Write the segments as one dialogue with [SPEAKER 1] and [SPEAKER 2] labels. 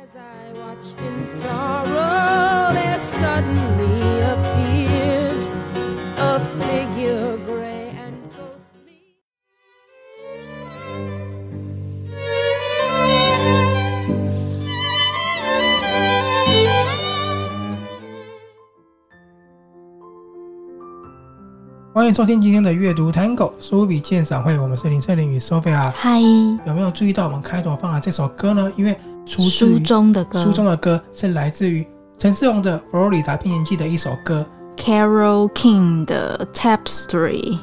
[SPEAKER 1] As I watched in sorrow, there suddenly appeared a figure gray and ghostly.
[SPEAKER 2] 欢迎收听今天的阅读 Tango 书笔鉴赏会，我们是林翠玲与 Sophia。
[SPEAKER 3] 嗨，
[SPEAKER 2] 有没有注意到我们开头放了这首歌呢？因为出自
[SPEAKER 3] 书
[SPEAKER 2] 于
[SPEAKER 3] 中的歌，
[SPEAKER 2] 书中的歌是来自于陈思宏的《佛罗里达变形记》的一首歌。
[SPEAKER 3] Carol King 的 Tapestry，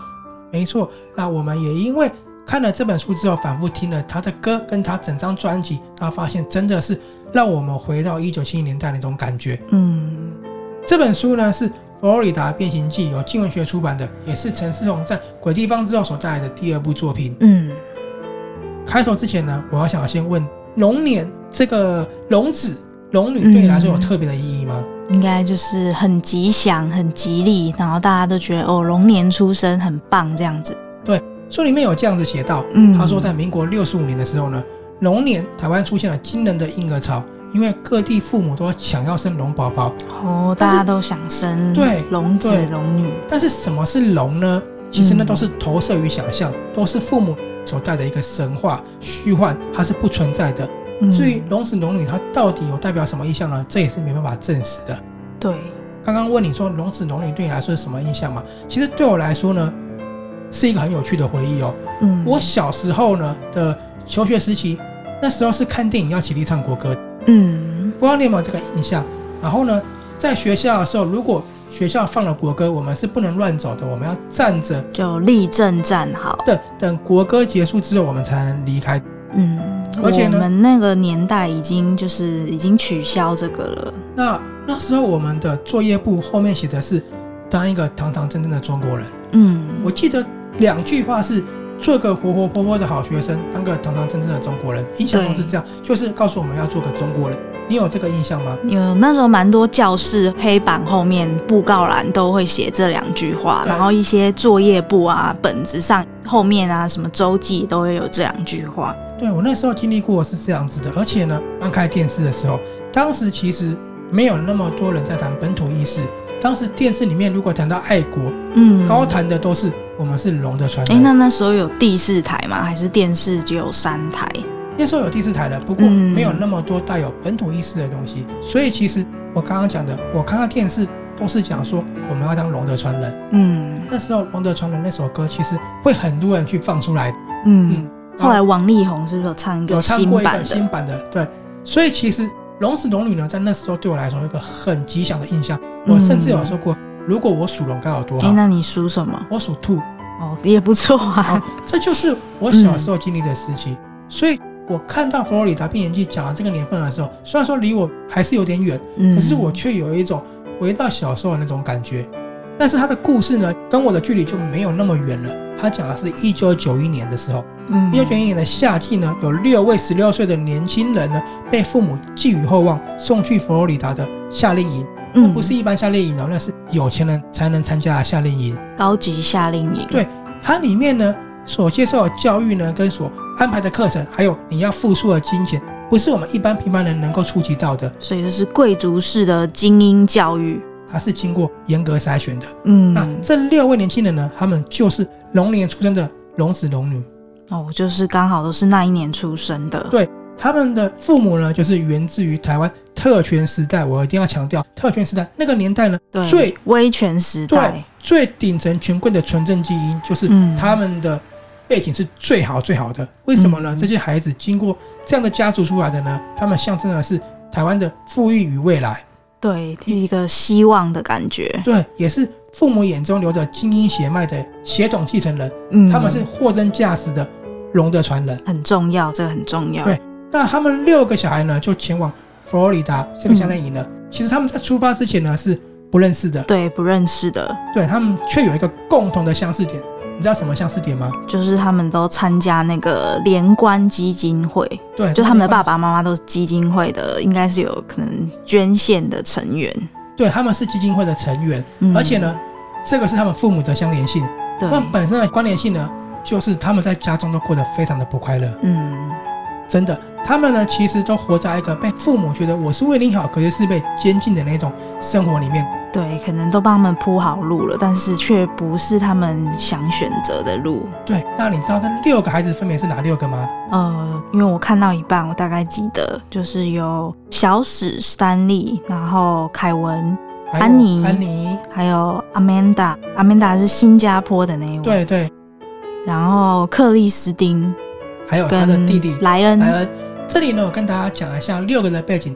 [SPEAKER 2] 没错，那我们也因为看了这本书之后，反复听了他的歌跟他整张专辑，然后发现真的是让我们回到一九七零年代那种感觉。
[SPEAKER 3] 嗯，
[SPEAKER 2] 这本书呢是《佛罗里达变形记》由金文学出版的，也是陈思宏在《鬼地方》之后所带来的第二部作品。
[SPEAKER 3] 嗯，
[SPEAKER 2] 开头之前呢，我要想先问龙年这个龙子龙女对你来说有特别的意义吗？
[SPEAKER 3] 应该就是很吉祥、很吉利，然后大家都觉得哦，龙年出生很棒这样子。
[SPEAKER 2] 书里面有这样子写到，
[SPEAKER 3] 嗯，
[SPEAKER 2] 他说在民国六十五年的时候呢，龙年台湾出现了惊人的婴儿潮，因为各地父母都想要生龙宝宝，
[SPEAKER 3] 哦，大家都想生
[SPEAKER 2] 对
[SPEAKER 3] 龙子
[SPEAKER 2] 对
[SPEAKER 3] 龙女，
[SPEAKER 2] 但是什么是龙呢？其实
[SPEAKER 3] 嗯
[SPEAKER 2] 那都是投射于想象，都是父母所带的一个神话虚幻，它是不存在的。
[SPEAKER 3] 嗯
[SPEAKER 2] 至于龙子龙女，它到底有代表什么意象呢？这也是没办法证实的。
[SPEAKER 3] 对，
[SPEAKER 2] 刚刚问你说龙子龙女对你来说是什么印象嘛？其实对我来说呢，是一个很有趣的回忆哦。
[SPEAKER 3] 嗯，
[SPEAKER 2] 我小时候呢的求学时期，那时候是看电影要起立唱国歌，
[SPEAKER 3] 嗯
[SPEAKER 2] 不知道你有没有这个印象？然后呢，在学校的时候，如果学校放了国歌，我们是不能乱走的，我们要站着
[SPEAKER 3] 就立正站好，
[SPEAKER 2] 等等国歌结束之后，我们才能离开。
[SPEAKER 3] 嗯，
[SPEAKER 2] 而且呢
[SPEAKER 3] 我们那个年代已经就是已经取消这个了，
[SPEAKER 2] 那那时候我们的作业簿后面写的是当一个堂堂正正的中国人。
[SPEAKER 3] 嗯，
[SPEAKER 2] 我记得两句话是做个活活泼泼的好学生，当个堂堂正正的中国人。印象中是这样，就是告诉我们要做个中国人。你有这个印象吗？
[SPEAKER 3] 有呃那时候蛮多教室黑板后面布告栏都会写这两句话，
[SPEAKER 2] 对
[SPEAKER 3] 然后一些作业簿啊、本子上后面啊什么周记都会有这两句话。
[SPEAKER 2] 对我那时候经历过是这样子的，而且呢，刚开电视的时候，当时其实没有那么多人在谈本土意识。当时电视里面如果谈到爱国，
[SPEAKER 3] 嗯，
[SPEAKER 2] 高谈的都是我们是龙的传
[SPEAKER 3] 哎、
[SPEAKER 2] 人。
[SPEAKER 3] 那那时候有第四台吗？还是电视只有三台？
[SPEAKER 2] 那时候有第四台的，不过
[SPEAKER 3] 嗯
[SPEAKER 2] 没有那么多带有本土意识的东西。所以其实我刚刚讲的，我看到电视都是讲说我们要当龙的传人。
[SPEAKER 3] 嗯
[SPEAKER 2] 那时候《龙的传人》那首歌，其实会很多人去放出来，
[SPEAKER 3] 嗯。后来
[SPEAKER 2] 然
[SPEAKER 3] 王力宏是不是有唱一
[SPEAKER 2] 有
[SPEAKER 3] 个
[SPEAKER 2] 唱
[SPEAKER 3] 新
[SPEAKER 2] 过一
[SPEAKER 3] 版
[SPEAKER 2] 个
[SPEAKER 3] 的？
[SPEAKER 2] 新版的，对。所以其实《龙子龙女》呢，在那时候对我来说有一个很吉祥的印象。我甚至有说过，如果我属龙该有多
[SPEAKER 3] 哎、
[SPEAKER 2] 好，
[SPEAKER 3] 那你输什么？
[SPEAKER 2] 我属兔，
[SPEAKER 3] 哦，也不错啊。
[SPEAKER 2] 好，这就是我小时候经历的时期。
[SPEAKER 3] 嗯
[SPEAKER 2] 所以我看到《佛罗里达变形记》讲到这个年份的时候，虽然说离我还是有点远，
[SPEAKER 3] 嗯，
[SPEAKER 2] 可是我却有一种回到小时候的那种感觉。但是它的故事呢，跟我的距离就没有那么远了。它讲的是一九九一年的时候。
[SPEAKER 3] 嗯
[SPEAKER 2] 一九九一年的夏季呢，有六位十六岁的年轻人呢，被父母寄予厚望，送去佛罗里达的夏令营。
[SPEAKER 3] 嗯
[SPEAKER 2] 不是一般夏令营哦，那是有钱人才能参加的夏令营。
[SPEAKER 3] 高级夏令营。
[SPEAKER 2] 对它里面呢，所接受的教育呢，跟所安排的课程，还有你要付出的金钱，不是我们一般平凡人能够触及到的。
[SPEAKER 3] 所以就是贵族式的精英教育。
[SPEAKER 2] 它是经过严格筛选的。
[SPEAKER 3] 嗯，
[SPEAKER 2] 那这六位年轻人呢，他们就是龙年出生的龙子龙女，
[SPEAKER 3] 哦，我就是刚好都是那一年出生的。
[SPEAKER 2] 对他们的父母呢，就是源自于台湾特权时代。我一定要强调，特权时代那个年代呢，
[SPEAKER 3] 对，
[SPEAKER 2] 最
[SPEAKER 3] 威权时
[SPEAKER 2] 对
[SPEAKER 3] 代，
[SPEAKER 2] 最顶层权贵的纯正基因，就是
[SPEAKER 3] 嗯
[SPEAKER 2] 他们的背景是最好最好的。为什么呢？
[SPEAKER 3] 嗯
[SPEAKER 2] 这些孩子经过这样的家族出来的呢，他们象征的是台湾的富裕与未来，
[SPEAKER 3] 对一个希望的感觉。
[SPEAKER 2] 对，也是父母眼中流着精英血脉的血统继承人，
[SPEAKER 3] 嗯，
[SPEAKER 2] 他们是货真价实的龙的传人。
[SPEAKER 3] 很重要，这个很重要。
[SPEAKER 2] 对那他们六个小孩呢，就前往佛罗里达这个夏令营了。
[SPEAKER 3] 嗯
[SPEAKER 2] 其实他们在出发之前呢是不认识的，
[SPEAKER 3] 对，不认识的，
[SPEAKER 2] 对他们却有一个共同的相似点。你知道什么相似点吗？
[SPEAKER 3] 就是他们都参加那个联关基金会，
[SPEAKER 2] 对，
[SPEAKER 3] 就他们的爸爸妈妈都是基金会的，应该是有可能捐献的成员。
[SPEAKER 2] 对他们是基金会的成员，
[SPEAKER 3] 嗯
[SPEAKER 2] 而且呢，这个是他们父母的相连性。
[SPEAKER 3] 对
[SPEAKER 2] 那，本身的关联性呢，就是他们在家中都过得非常的不快乐，
[SPEAKER 3] 嗯，
[SPEAKER 2] 真的。他们呢，其实都活在一个被父母觉得我是为你好，可是是被监禁的那种生活里面。
[SPEAKER 3] 对，可能都帮他们铺好路了，但是却不是他们想选择的路。
[SPEAKER 2] 对，那你知道这六个孩子分别是哪六个吗？
[SPEAKER 3] 呃，因为我看到一半，我大概记得就是有小史、史丹利，然后凯文，
[SPEAKER 2] 还有
[SPEAKER 3] 安妮
[SPEAKER 2] 安妮，
[SPEAKER 3] 还有 Amanda。Amanda 是新加坡的那一位，。
[SPEAKER 2] 对对，
[SPEAKER 3] 然后克里斯汀
[SPEAKER 2] 还有他的
[SPEAKER 3] 跟
[SPEAKER 2] 弟弟
[SPEAKER 3] 莱恩，
[SPEAKER 2] 莱恩。这里呢，我跟大家讲一下六个人的背景。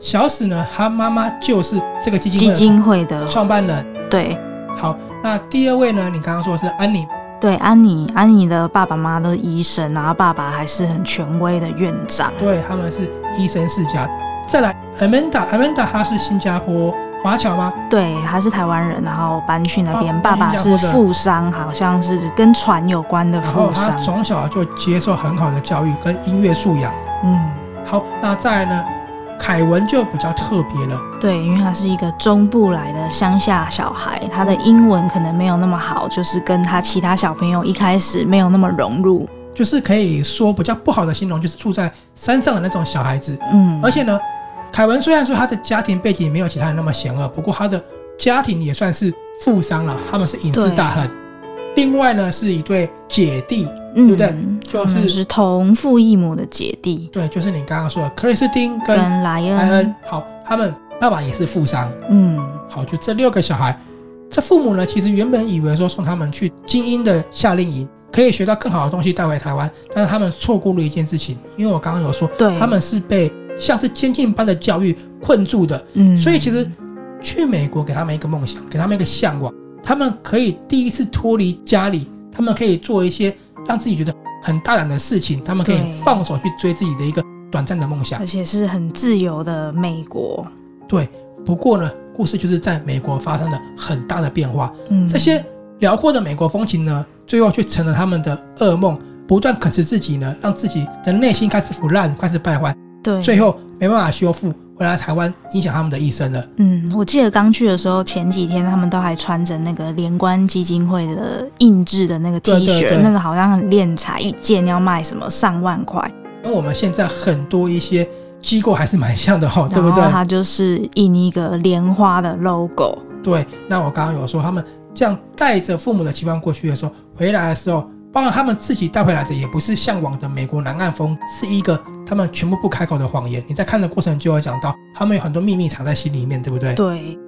[SPEAKER 2] 小史呢，他妈妈就是这个基金
[SPEAKER 3] 基
[SPEAKER 2] 会的
[SPEAKER 3] 金会的，
[SPEAKER 2] 创办人。
[SPEAKER 3] 对
[SPEAKER 2] 好，那第二位呢，你刚刚说的是安妮，
[SPEAKER 3] 对，安妮，安妮的爸爸妈妈都是医生，然后爸爸还是很权威的院长，
[SPEAKER 2] 对，他们是医生世家。再来，Amanda，Amanda 她是新加坡华侨吗？
[SPEAKER 3] 对，他是台湾人，然后搬去那边，
[SPEAKER 2] 哦
[SPEAKER 3] 爸爸是
[SPEAKER 2] 搬去新加坡的
[SPEAKER 3] 富商，好像是跟船有关的
[SPEAKER 2] 然后
[SPEAKER 3] 富
[SPEAKER 2] 她
[SPEAKER 3] 商，
[SPEAKER 2] 从小就接受很好的教育跟音乐素养。
[SPEAKER 3] 嗯，
[SPEAKER 2] 好，那再来呢，凯文就比较特别了。
[SPEAKER 3] 对，因为他是一个中部来的乡下小孩，他的英文可能没有那么好，就是跟他其他小朋友一开始没有那么融入，
[SPEAKER 2] 就是可以说比较不好的形容，就是住在山上的那种小孩子。
[SPEAKER 3] 嗯，
[SPEAKER 2] 而且呢，凯文虽然说他的家庭背景没有其他人那么险恶，不过他的家庭也算是富商了，他们是隐世大亨。另外呢，是一对姐弟，
[SPEAKER 3] 嗯，
[SPEAKER 2] 对不对就
[SPEAKER 3] 他们
[SPEAKER 2] 是
[SPEAKER 3] 是同父异母的姐弟，
[SPEAKER 2] 对，就是你刚刚说的克里斯汀跟
[SPEAKER 3] 跟莱
[SPEAKER 2] 莱恩
[SPEAKER 3] 恩，。
[SPEAKER 2] 好，他们爸爸也是富商。
[SPEAKER 3] 嗯。
[SPEAKER 2] 好，就这六个小孩，这父母呢，其实原本以为说送他们去精英的夏令营，可以学到更好的东西带回台湾，但是他们错过了一件事情，因为我刚刚有说，
[SPEAKER 3] 对，
[SPEAKER 2] 他们是被像是监禁般的教育困住的，
[SPEAKER 3] 嗯，
[SPEAKER 2] 所以其实去美国给他们一个梦想，给他们一个向往，他们可以第一次脱离家里，他们可以做一些让自己觉得很大胆的事情，他们可以
[SPEAKER 3] 对
[SPEAKER 2] 放手去追自己的一个短暂的梦想
[SPEAKER 3] 而。且是很自由的美国，
[SPEAKER 2] 对，不过呢，故事就是在美国发生了很大的变化，
[SPEAKER 3] 嗯，
[SPEAKER 2] 这些辽阔的美国风情呢，最后却成了他们的噩梦，不断啃食自己呢，让自己的内心开始腐烂，开始败坏，
[SPEAKER 3] 对，
[SPEAKER 2] 最后没办法修复，回来台湾影响他们的一生了。
[SPEAKER 3] 嗯，我记得刚去的时候，前几天他们都还穿着那个联关基金会的印制的那个 T
[SPEAKER 2] 对
[SPEAKER 3] 恤，
[SPEAKER 2] 对对
[SPEAKER 3] 那个好像很敛财，一件要卖什么上万块，
[SPEAKER 2] 跟我们现在很多一些机构还是蛮像啊的哈、哦对不
[SPEAKER 3] 然后
[SPEAKER 2] 对？
[SPEAKER 3] 它就是印一个莲花的 logo，
[SPEAKER 2] 对。那我刚刚有说，他们这样带着父母的期望过去的时候，回来的时候，包括他们自己带回来的，也不是向往的美国南岸风，是一个他们全部不开口的谎言。你在看的过程就会讲到，他们有很多秘密藏在心里面，对不对？
[SPEAKER 3] 对，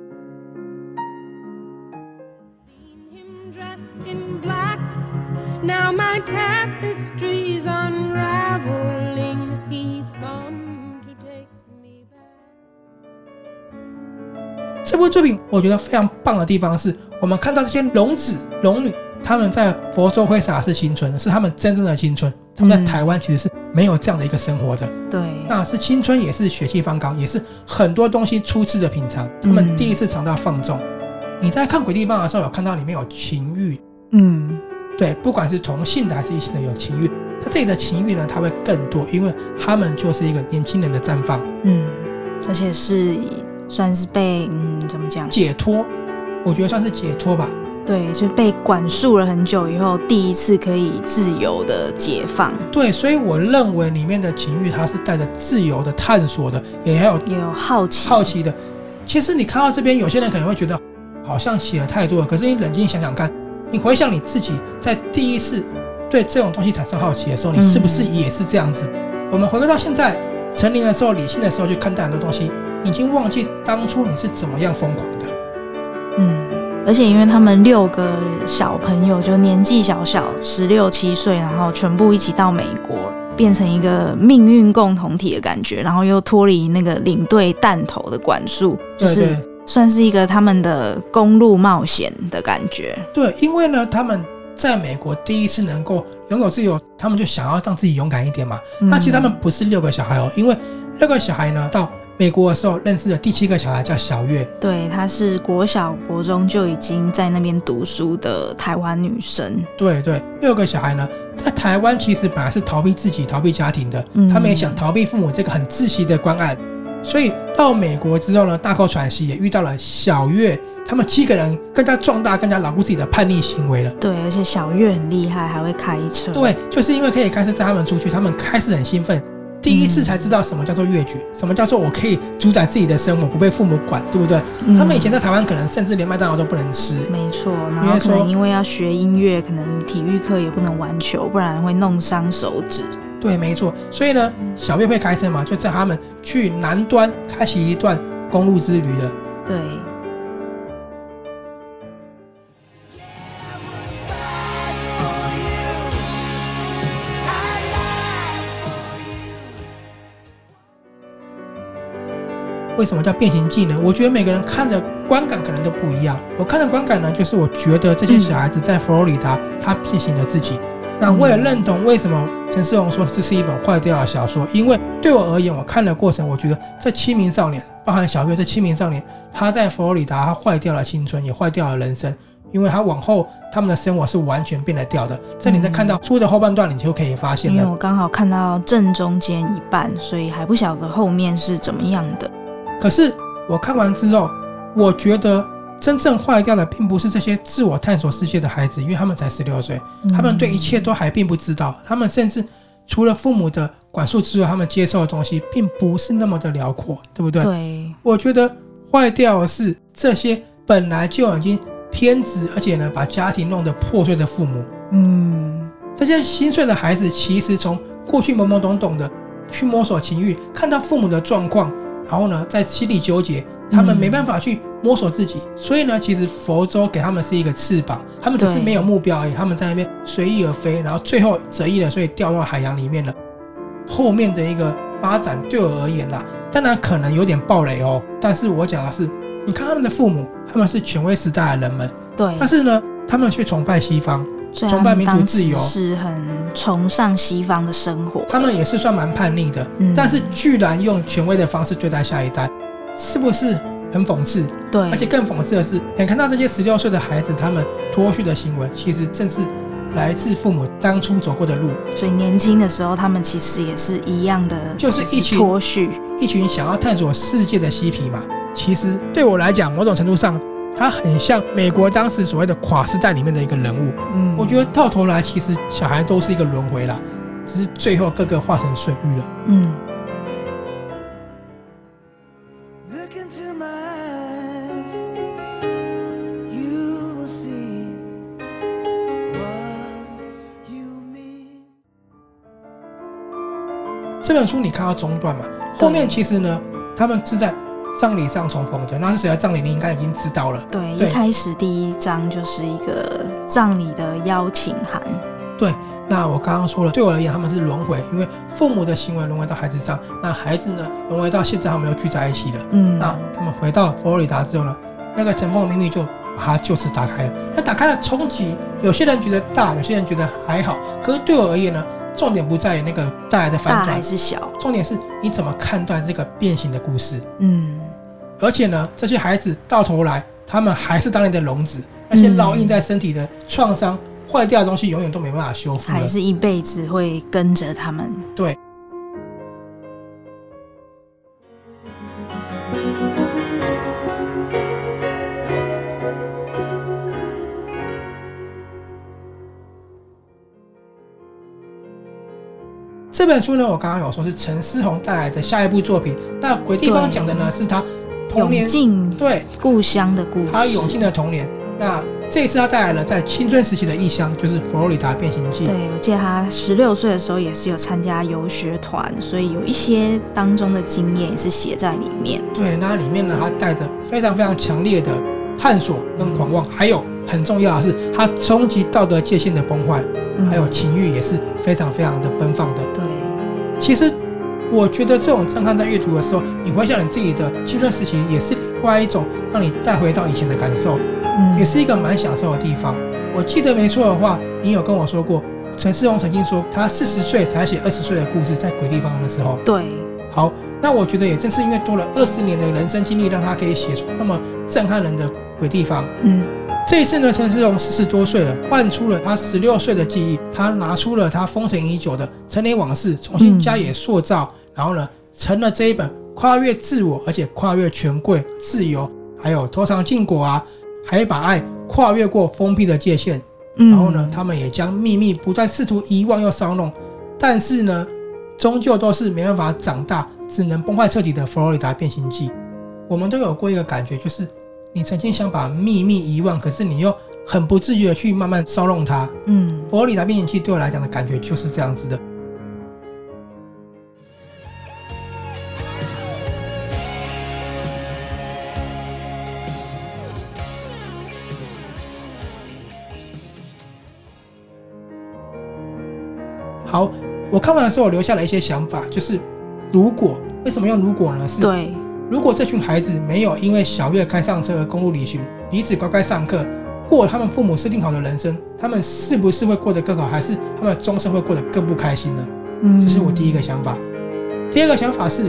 [SPEAKER 1] seen him dressed in black. Now my tapestry's unraveling. He's come to take me back.
[SPEAKER 2] 这部作品我觉得非常棒的地方是，我们看到这些龙子龙女，他们在佛州挥洒的是青春，是他们真正的青春。他们在
[SPEAKER 3] 嗯
[SPEAKER 2] 台湾其实是没有这样的一个生活的，
[SPEAKER 3] 对，
[SPEAKER 2] 那是青春，也是血气方刚，也是很多东西初次的品尝，他们第一次尝到放纵。你在看《鬼地方》的时候，有看到里面有情欲，
[SPEAKER 3] 嗯，
[SPEAKER 2] 对，不管是同性的还是异性的有情欲，他这里的情欲呢，它会更多，因为他们就是一个年轻人的绽放、
[SPEAKER 3] 嗯，而且是算是被嗯怎么讲，
[SPEAKER 2] 解脱，我觉得算是解脱吧。
[SPEAKER 3] 对，就被管束了很久以后，第一次可以自由的解放，
[SPEAKER 2] 对，所以我认为里面的情欲，它是带着自由的探索的，也要有
[SPEAKER 3] 也有好奇，
[SPEAKER 2] 好奇的。其实你看到这边，有些人可能会觉得好像写的太多了，可是你冷静想想看，你回想你自己在第一次对这种东西产生好奇的时候，你
[SPEAKER 3] 嗯
[SPEAKER 2] 是不是也是这样子？我们回归到现在成年的时候，理性的时候去看待很多东西，已经忘记当初你是怎么样疯狂的。
[SPEAKER 3] 嗯，而且因为他们六个小朋友就年纪小小，十六七岁，然后全部一起到美国，变成一个命运共同体的感觉，然后又脱离那个领队弹头的管束，就
[SPEAKER 2] 对对
[SPEAKER 3] 是算是一个他们的公路冒险的感觉。
[SPEAKER 2] 对，因为呢，他们在美国第一次能够拥有自由，他们就想要让自己勇敢一点嘛。
[SPEAKER 3] 嗯
[SPEAKER 2] 那其实他们不是六个小孩哦，因为六个小孩呢，到美国的时候认识的第七个小孩叫小月，
[SPEAKER 3] 对，她是国小国中就已经在那边读书的台湾女生，
[SPEAKER 2] 对对，六个小孩呢，在台湾其实本来是逃避自己、逃避家庭的，
[SPEAKER 3] 嗯
[SPEAKER 2] 他们也想逃避父母这个很窒息的关爱，所以到美国之后呢，大口喘息也遇到了小月，他们七个人更加壮大、更加牢固自己的叛逆行为了。
[SPEAKER 3] 对，而且小月很厉害，还会开车，
[SPEAKER 2] 对，就是因为可以开始载他们出去，他们开始很兴奋。第一次才知道什么叫做越矩，
[SPEAKER 3] 嗯
[SPEAKER 2] 什么叫做我可以主宰自己的生活，不被父母管，对不对？
[SPEAKER 3] 嗯
[SPEAKER 2] 他们以前在台湾可能甚至连麦当劳都不能吃，
[SPEAKER 3] 没错，然
[SPEAKER 2] 因
[SPEAKER 3] 后
[SPEAKER 2] 为
[SPEAKER 3] 可
[SPEAKER 2] 说
[SPEAKER 3] 能因为要学音乐，可能体育课也不能玩球，不然会弄伤手指。
[SPEAKER 2] 对，没错。所以呢，小贝会开车嘛，就在他们去南端开启一段公路之旅的。
[SPEAKER 3] 对，
[SPEAKER 2] 为什么叫变形记呢？我觉得每个人看的观感可能都不一样。我看的观感呢，就是我觉得这些小孩子在佛罗里达，他变形了自己。那我也认同为什么陈世荣说这是一本坏掉的小说，因为对我而言，我看的过程，我觉得这七名少年，包含小月这七名少年，他在佛罗里达，他坏掉了青春，也坏掉了人生，因为他往后他们的生活是完全变得掉的。这你在看到书的后半段，你就可以发现
[SPEAKER 3] 因为
[SPEAKER 2] 了。
[SPEAKER 3] 我刚好看到正中间一半，所以还不晓得后面是怎么样的。
[SPEAKER 2] 可是我看完之后，我觉得真正坏掉的并不是这些自我探索世界的孩子，因为他们才十六岁，
[SPEAKER 3] 嗯
[SPEAKER 2] 他们对一切都还并不知道，他们甚至除了父母的管束之外，他们接受的东西并不是那么的辽阔，对不对？
[SPEAKER 3] 对，
[SPEAKER 2] 我觉得坏掉的是这些本来就已经偏执，而且呢把家庭弄得破碎的父母。
[SPEAKER 3] 嗯，
[SPEAKER 2] 这些心碎的孩子，其实从过去懵懵懂懂的去摸索情欲，看到父母的状况，然后呢，在心里纠结，他们
[SPEAKER 3] 嗯
[SPEAKER 2] 没办法去摸索自己，所以呢，其实佛州给他们是一个翅膀，他们只是
[SPEAKER 3] 对
[SPEAKER 2] 没有目标而已，他们在那边随意而飞，然后最后折翼了，所以掉到海洋里面了。后面的一个发展，对我而言啦，当然可能有点暴雷哦，但是我讲的是，你看他们的父母，他们是权威时代的人们，
[SPEAKER 3] 对
[SPEAKER 2] 但，是呢，他们却崇拜西方。
[SPEAKER 3] 虽然
[SPEAKER 2] 崇拜民族
[SPEAKER 3] 当
[SPEAKER 2] 自
[SPEAKER 3] 时
[SPEAKER 2] 由
[SPEAKER 3] 是很崇尚西方的生活的，
[SPEAKER 2] 他们也是算蛮叛逆的，
[SPEAKER 3] 嗯
[SPEAKER 2] 但是居然用权威的方式对待下一代，是不是很讽刺？
[SPEAKER 3] 对，
[SPEAKER 2] 而且更讽刺的是，你看到这些十六岁的孩子，他们脱序的行为，其实正是来自父母当初走过的路，
[SPEAKER 3] 所以年轻的时候，他们其实也是一样的，
[SPEAKER 2] 就是一起
[SPEAKER 3] 脱序。
[SPEAKER 2] 一群想要探索世界的嬉皮嘛。其实对我来讲，某种程度上，他很像美国当时所谓的垮时代里面的一个人物。
[SPEAKER 3] 嗯，
[SPEAKER 2] 我觉得到头来，其实小孩都是一个轮回啦，只是最后各个化成水域了。
[SPEAKER 3] 嗯，
[SPEAKER 4] Look into my eyes, you will see what you mean.
[SPEAKER 2] 这本书你看到中段嘛，后面其实呢，他们是在葬礼上重逢的。那是谁的葬礼？你应该已经知道了。
[SPEAKER 3] 对，
[SPEAKER 2] 对
[SPEAKER 3] 一开始第一章就是一个葬礼的邀请函，
[SPEAKER 2] 那我刚刚说了，对我而言他们是轮回，因为父母的行为轮回到孩子上，那孩子呢轮回到现在他们又聚在一起了。
[SPEAKER 3] 嗯，
[SPEAKER 2] 那他们回到佛罗里达之后呢，那个尘封的秘密就把它就此打开了。那打开的冲击，有些人觉得大，有些人觉得还好。可是对我而言呢，重点不在于那个带来的
[SPEAKER 3] 大
[SPEAKER 2] 反转
[SPEAKER 3] 还，是小？
[SPEAKER 2] 重点是你怎么看待这个变形的故事。
[SPEAKER 3] 嗯，
[SPEAKER 2] 而且呢，这些孩子到头来，他们还是当年的聋子，那
[SPEAKER 3] 嗯
[SPEAKER 2] 些烙印在身体的创伤、坏掉的东西，永远都没办法修复
[SPEAKER 3] 还
[SPEAKER 2] 了。
[SPEAKER 3] 是一辈子会跟着他们。
[SPEAKER 2] 对，这本书呢，我刚刚有说是陈思宏带来的下一部作品。那鬼地方
[SPEAKER 3] 对
[SPEAKER 2] 讲的呢，是他童
[SPEAKER 3] 永
[SPEAKER 2] 年
[SPEAKER 3] 进
[SPEAKER 2] 对
[SPEAKER 3] 故乡的故事，
[SPEAKER 2] 他永进的童年。那这一次他带来了在青春时期的异乡，就是佛罗里达变形记。
[SPEAKER 3] 对，我记得他十六岁的时候也是有参加游学团，所以有一些当中的经验也是写在里面。
[SPEAKER 2] 对，那里面呢，他带着非常非常强烈的探索跟狂妄，还有很重要的是，他冲击道德界限的崩坏，
[SPEAKER 3] 嗯
[SPEAKER 2] 还有情欲也是非常非常的奔放的。
[SPEAKER 3] 对，
[SPEAKER 2] 其实我觉得这种震撼在阅读的时候，你回想你自己的青春时期，也是另外一种让你带回到以前的感受。
[SPEAKER 3] 嗯
[SPEAKER 2] 也是一个蛮享受的地方。我记得没错的话，你有跟我说过，陈世荣曾经说他四十岁才写二十岁的故事，在鬼地方的时候。
[SPEAKER 3] 对，
[SPEAKER 2] 好，那我觉得也正是因为多了二十年的人生经历，让他可以写出那么震撼人的鬼地方。
[SPEAKER 3] 嗯
[SPEAKER 2] 这一次呢，陈世荣四十多岁了，唤出了他十六岁的记忆，他拿出了他封神已久的陈年往事，重新加以塑造，然后呢，成了这一本跨越自我，而且跨越权贵、自由，还有投尝禁果啊，还把爱跨越过封闭的界限。
[SPEAKER 3] 嗯，
[SPEAKER 2] 然后呢，他们也将秘密不断试图遗忘又骚弄，但是呢，终究都是没办法长大，只能崩坏彻底的《佛罗里达变形记》。我们都有过一个感觉，就是你曾经想把秘密遗忘，可是你又很不自觉的去慢慢烧弄它。
[SPEAKER 3] 嗯
[SPEAKER 2] 佛罗里达变形记对我来讲的感觉就是这样子的。好，我看完的时候，我留下了一些想法，就是如果为什么用如果呢？是
[SPEAKER 3] 对，
[SPEAKER 2] 如果这群孩子没有因为小月该上车而公路离群，彼此乖乖上课，过他们父母设定好的人生，他们是不是会过得更好，还是他们终身会过得更不开心呢？
[SPEAKER 3] 嗯，
[SPEAKER 2] 这是我第一个想法。第二个想法是，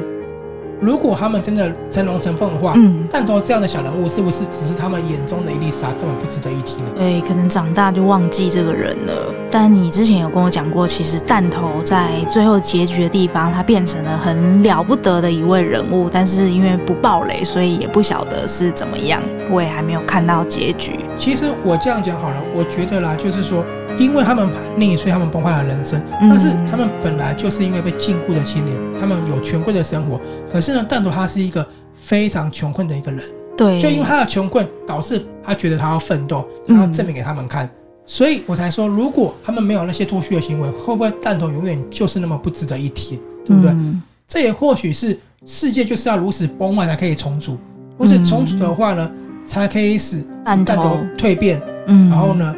[SPEAKER 2] 如果他们真的成龙成凤的话，
[SPEAKER 3] 嗯，
[SPEAKER 2] 弹头这样的小人物是不是只是他们眼中的一粒沙，根本不值得一提呢？
[SPEAKER 3] 对，可能长大就忘记这个人了。但你之前有跟我讲过，其实弹头在最后结局的地方，他变成了很了不得的一位人物，但是因为不暴雷，所以也不晓得是怎么样，我也还没有看到结局。
[SPEAKER 2] 其实我这样讲好了，我觉得啦，就是说，因为他们叛逆，所以他们崩坏了人生。
[SPEAKER 3] 嗯
[SPEAKER 2] 但是他们本来就是因为被禁锢的青年，他们有权贵的生活。可是呢，弹头他是一个非常穷困的一个人，
[SPEAKER 3] 对，
[SPEAKER 2] 就因为他的穷困，导致他觉得他要奋斗，他要证明给他们看。所以我才说，如果他们没有那些脱序的行为，会不会弹头永远就是那么不值得一提，对不对？
[SPEAKER 3] 嗯
[SPEAKER 2] 这也或许是世界就是要如此崩坏才可以重组，如此重组的话呢，才可以使
[SPEAKER 3] 弹
[SPEAKER 2] 弹头
[SPEAKER 3] 头，
[SPEAKER 2] 蜕变。
[SPEAKER 3] 嗯，
[SPEAKER 2] 然后？呢，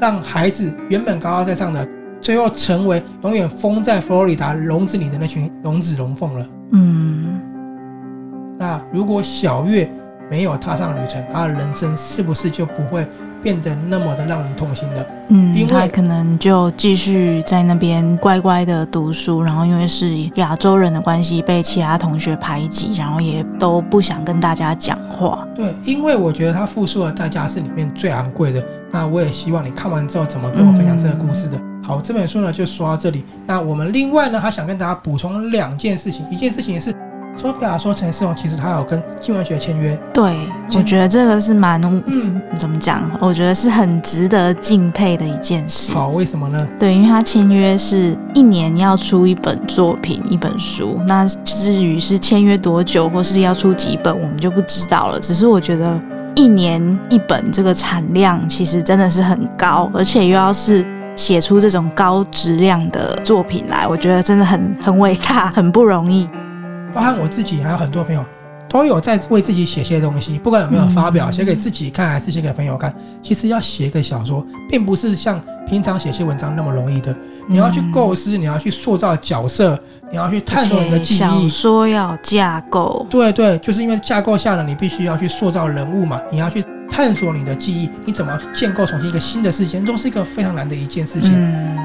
[SPEAKER 2] 让孩子原本高高在上的，最后成为永远封在佛罗里达笼子里的那群龙子龙凤了。
[SPEAKER 3] 嗯，
[SPEAKER 2] 那如果小月没有踏上旅程，她的人生是不是就不会变得那么的让人痛心呢？因为
[SPEAKER 3] 嗯，他可能就继续在那边乖乖的读书，然后因为是亚洲人的关系，被其他同学排挤，然后也都不想跟大家讲话。
[SPEAKER 2] 对，因为我觉得她付出的代价是里面最昂贵的。那我也希望你看完之后怎么跟我分享这个故事的。好，这本书呢就说到这里。那我们另外呢还想跟大家补充两件事情，一件事情是，索菲亚说陈世荣其实他有跟新闻学签约，
[SPEAKER 3] 对，
[SPEAKER 2] 其
[SPEAKER 3] 我觉得这个是蛮
[SPEAKER 2] 嗯，
[SPEAKER 3] 怎么讲？我觉得是很值得敬佩的一件事。
[SPEAKER 2] 好，为什么呢？
[SPEAKER 3] 对，因为他签约是一年要出一本作品、一本书，那至于是签约多久，或是要出几本，我们就不知道了。只是我觉得一年一本这个产量其实真的是很高，而且又要是写出这种高质量的作品来，我觉得真的很很伟大，很不容易。
[SPEAKER 2] 包含我自己，还有很多朋友都有在为自己写些东西，不管有没有发表，
[SPEAKER 3] 嗯
[SPEAKER 2] 写给自己看还是写给朋友看。其实要写一个小说，并不是像平常写些文章那么容易的。你要去
[SPEAKER 3] 嗯
[SPEAKER 2] 构思，你要去塑造角色，你要去探索你的
[SPEAKER 3] 而且
[SPEAKER 2] 记
[SPEAKER 3] 小
[SPEAKER 2] 忆。
[SPEAKER 3] 说要有架构，
[SPEAKER 2] 对对，就是因为架构下呢，你必须要去塑造人物嘛，你要去探索你的记忆，你怎么去建构重新一个新的事情，都是一个非常难的一件事情。
[SPEAKER 3] 嗯，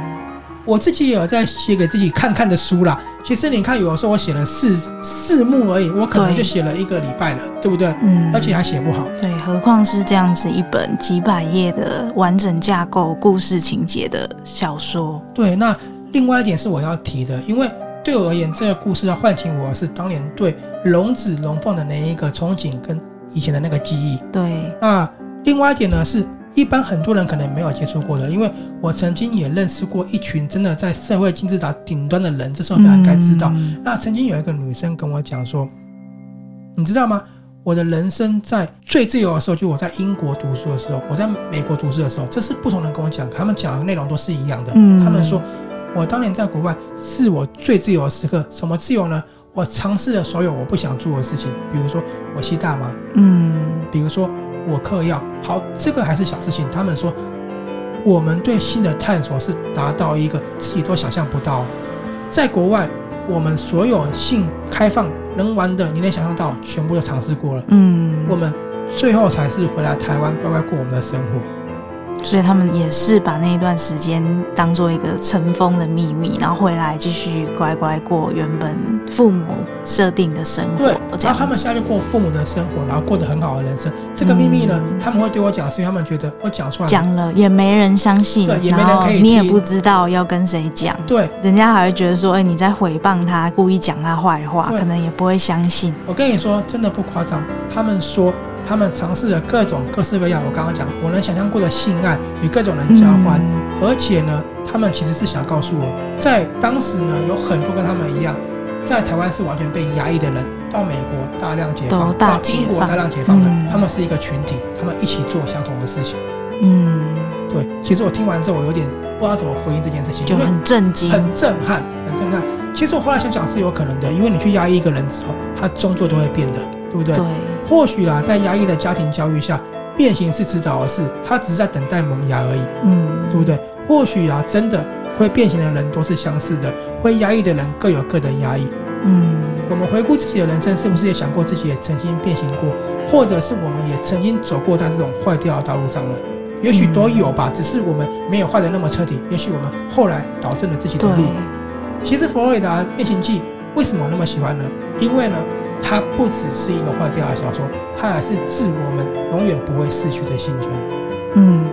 [SPEAKER 2] 我自己也有在写给自己看看的书啦。其实你看，有的时候我写了四四幕而已，我可能
[SPEAKER 3] 对
[SPEAKER 2] 就写了一个礼拜了，对不对？
[SPEAKER 3] 嗯
[SPEAKER 2] 而且还写不好。
[SPEAKER 3] 对，何况是这样子一本几百页的完整架构、故事情节的小说。
[SPEAKER 2] 对，那另外一点是我要提的，因为对我而言，这个故事要唤醒我是当年对龙子龙凤的那一个憧憬跟以前的那个记忆。
[SPEAKER 3] 对，
[SPEAKER 2] 那另外一点呢，是一般很多人可能没有接触过的，因为我曾经也认识过一群真的在社会金字塔顶端的人，这时候大家该知道。
[SPEAKER 3] 嗯
[SPEAKER 2] 那曾经有一个女生跟我讲说，你知道吗？我的人生在最自由的时候，就我在英国读书的时候，我在美国读书的时候，这是不同人跟我讲，他们讲的内容都是一样的。
[SPEAKER 3] 嗯
[SPEAKER 2] 他们说，我当年在国外是我最自由的时刻。什么自由呢？我尝试了所有我不想做的事情，比如说我吸大麻，
[SPEAKER 3] 嗯，
[SPEAKER 2] 比如说我嗑药。好，这个还是小事情。他们说，我们对新的探索是达到一个自己都想象不到。在国外，我们所有性开放能玩的，你能想象到，全部都尝试过了。
[SPEAKER 3] 嗯，
[SPEAKER 2] 我们最后才是回来台湾，乖乖过我们的生活。
[SPEAKER 3] 所以他们也是把那一段时间当做一个尘封的秘密，然后回来继续乖乖过原本父母设定的生活
[SPEAKER 2] 对，，
[SPEAKER 3] 这
[SPEAKER 2] 然后
[SPEAKER 3] 样
[SPEAKER 2] 他们
[SPEAKER 3] 子。
[SPEAKER 2] 现在就过父母的生活，然后过得很好的人生。这个秘密呢，
[SPEAKER 3] 嗯
[SPEAKER 2] 他们会对我讲，是因为他们觉得我讲出来了，
[SPEAKER 3] 讲了也没人相信，
[SPEAKER 2] 对也没人
[SPEAKER 3] 然后
[SPEAKER 2] 可以
[SPEAKER 3] 你也
[SPEAKER 2] 听
[SPEAKER 3] 不知道要跟谁讲，
[SPEAKER 2] 对
[SPEAKER 3] 人家还会觉得说，哎、你在诽谤他，故意讲他坏话，
[SPEAKER 2] 对
[SPEAKER 3] 可能也不会相信。
[SPEAKER 2] 我跟你说，真的不夸张，他们说他们尝试了各种各式各样，我刚刚讲我能想象过的性爱与各种人交换，
[SPEAKER 3] 嗯
[SPEAKER 2] 而且呢，他们其实是想告诉我，在当时呢，有很多跟他们一样，在台湾是完全被压抑的人，到美国大量解放，
[SPEAKER 3] 都大
[SPEAKER 2] 到英
[SPEAKER 3] 解
[SPEAKER 2] 国
[SPEAKER 3] 放
[SPEAKER 2] 大量解放了，
[SPEAKER 3] 嗯
[SPEAKER 2] 他们是一个群体，他们一起做相同的事情。
[SPEAKER 3] 嗯，
[SPEAKER 2] 对，其实我听完之后，我有点不知道怎么回应这件事情，
[SPEAKER 3] 就
[SPEAKER 2] 因为
[SPEAKER 3] 很震惊，
[SPEAKER 2] 很震撼，很震撼。其实我后来想想是有可能的，因为你去压抑一个人之后，他终究都会变的，对不对？
[SPEAKER 3] 对，
[SPEAKER 2] 或许啦，在压抑的家庭教育下，变形是迟早的事，他只是在等待萌芽而已，
[SPEAKER 3] 嗯，
[SPEAKER 2] 对不对？或许啊，真的会变形的人都是相似的，会压抑的人各有各的压抑。
[SPEAKER 3] 嗯，
[SPEAKER 2] 我们回顾自己的人生，是不是也想过自己也曾经变形过，或者是我们也曾经走过在这种坏掉的道路上了？也许都有吧，只是我们没有坏的那么彻底。也许我们后来导正了自己的
[SPEAKER 3] 对，
[SPEAKER 2] 路。其实佛罗里达变形记为什么我那么喜欢呢？因为呢，它不只是一个坏掉的小说，它也是致我们永远不会逝去的青春。
[SPEAKER 3] 嗯，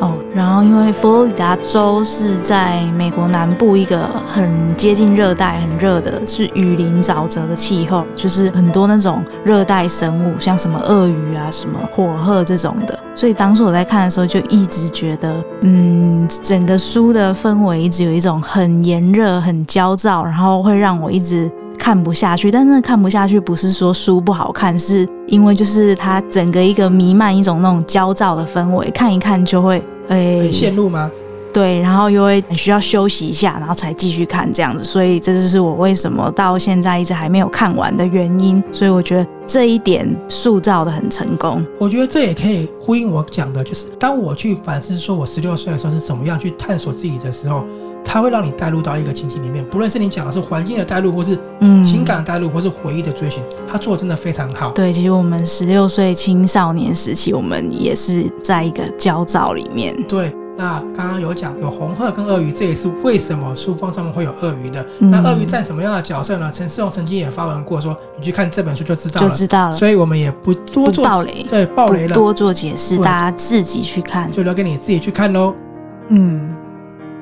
[SPEAKER 3] 哦，然后因为佛罗里达州是在美国南部一个很接近热带、很热的，是雨林沼泽的气候，就是很多那种热带生物，像什么鳄鱼啊、什么火鹤这种的。所以当时我在看的时候，就一直觉得，嗯，整个书的氛围一直有一种很炎热、很焦躁，然后会让我一直看不下去，但真的看不下去，不是说书不好看，是因为就是它整个一个弥漫一种那种焦躁的氛围，看一看就会诶、
[SPEAKER 2] 很陷入吗？
[SPEAKER 3] 对，然后又会需要休息一下，然后才继续看这样子，所以这就是我为什么到现在一直还没有看完的原因，所以我觉得这一点塑造的很成功，
[SPEAKER 2] 我觉得这也可以呼应我讲的，就是当我去反思说我十六岁的时候是怎么样去探索自己的时候，它会让你带入到一个情境里面，不论是你讲的是环境的带入，或是
[SPEAKER 3] 嗯，
[SPEAKER 2] 情感的带入，或是回忆的追寻，它做的真的非常好。
[SPEAKER 3] 对，其实我们十六岁青少年时期，我们也是在一个焦躁里面，
[SPEAKER 2] 对，那刚刚有讲有红鹤跟鳄鱼，这也是为什么书封上面会有鳄鱼的。
[SPEAKER 3] 嗯
[SPEAKER 2] 那鳄鱼占什么样的角色呢？陈世荣曾经也发文过说，你去看这本书就知道
[SPEAKER 3] 就
[SPEAKER 2] 了。
[SPEAKER 3] 知道了，
[SPEAKER 2] 所以我们也不多
[SPEAKER 3] 不
[SPEAKER 2] 做
[SPEAKER 3] 爆雷
[SPEAKER 2] 对爆雷
[SPEAKER 3] 不
[SPEAKER 2] 了，
[SPEAKER 3] 多做解释，
[SPEAKER 2] 对
[SPEAKER 3] 大家自己去看。
[SPEAKER 2] 就留给你自己去看喽。
[SPEAKER 3] 嗯，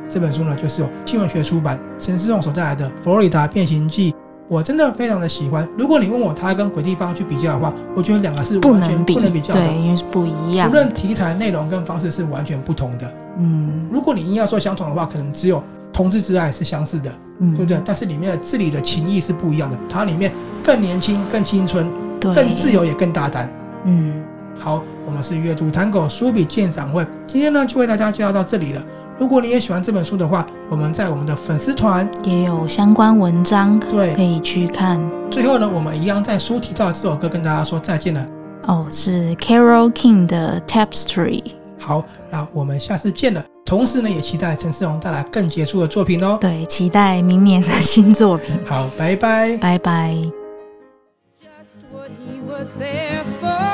[SPEAKER 2] 这本书呢，就是由新闻学出版，陈思仲所带来的《佛罗里达变形记》，我真的非常的喜欢。如果你问我它跟《鬼地方》去比较的话，我觉得两个是
[SPEAKER 3] 不
[SPEAKER 2] 完全
[SPEAKER 3] 能比，
[SPEAKER 2] 不能比较
[SPEAKER 3] 对，
[SPEAKER 2] 的，
[SPEAKER 3] 因为是不一样
[SPEAKER 2] 无。论题材、内容跟方式是完全不同的。
[SPEAKER 3] 嗯
[SPEAKER 2] 如果你硬要说相同的话，可能只有同志之爱是相似的，
[SPEAKER 3] 嗯，
[SPEAKER 2] 对不对？但是里面的治理的情谊是不一样的，它里面更年轻、更青春、
[SPEAKER 3] 对，
[SPEAKER 2] 更自。由也更大胆。
[SPEAKER 3] 嗯，
[SPEAKER 2] 好，我们是阅读 Tango 书笔鉴赏会，今天呢就为大家介绍到这里了。如果你也喜欢这本书的话，我们在我们的粉丝团
[SPEAKER 3] 也有相关文章可
[SPEAKER 2] 对，
[SPEAKER 3] 以去看。
[SPEAKER 2] 最后呢，我们一样在书提到的这首歌跟大家说再见了。
[SPEAKER 3] 哦，是 Carol King 的 Tapestry。
[SPEAKER 2] 好，那我们下次见了。同时呢，也期待陈思荣带来更杰出的作品哦。
[SPEAKER 3] 对，期待明年的新作品。
[SPEAKER 2] 好，拜拜。
[SPEAKER 3] 拜拜。
[SPEAKER 1] just what he was there for.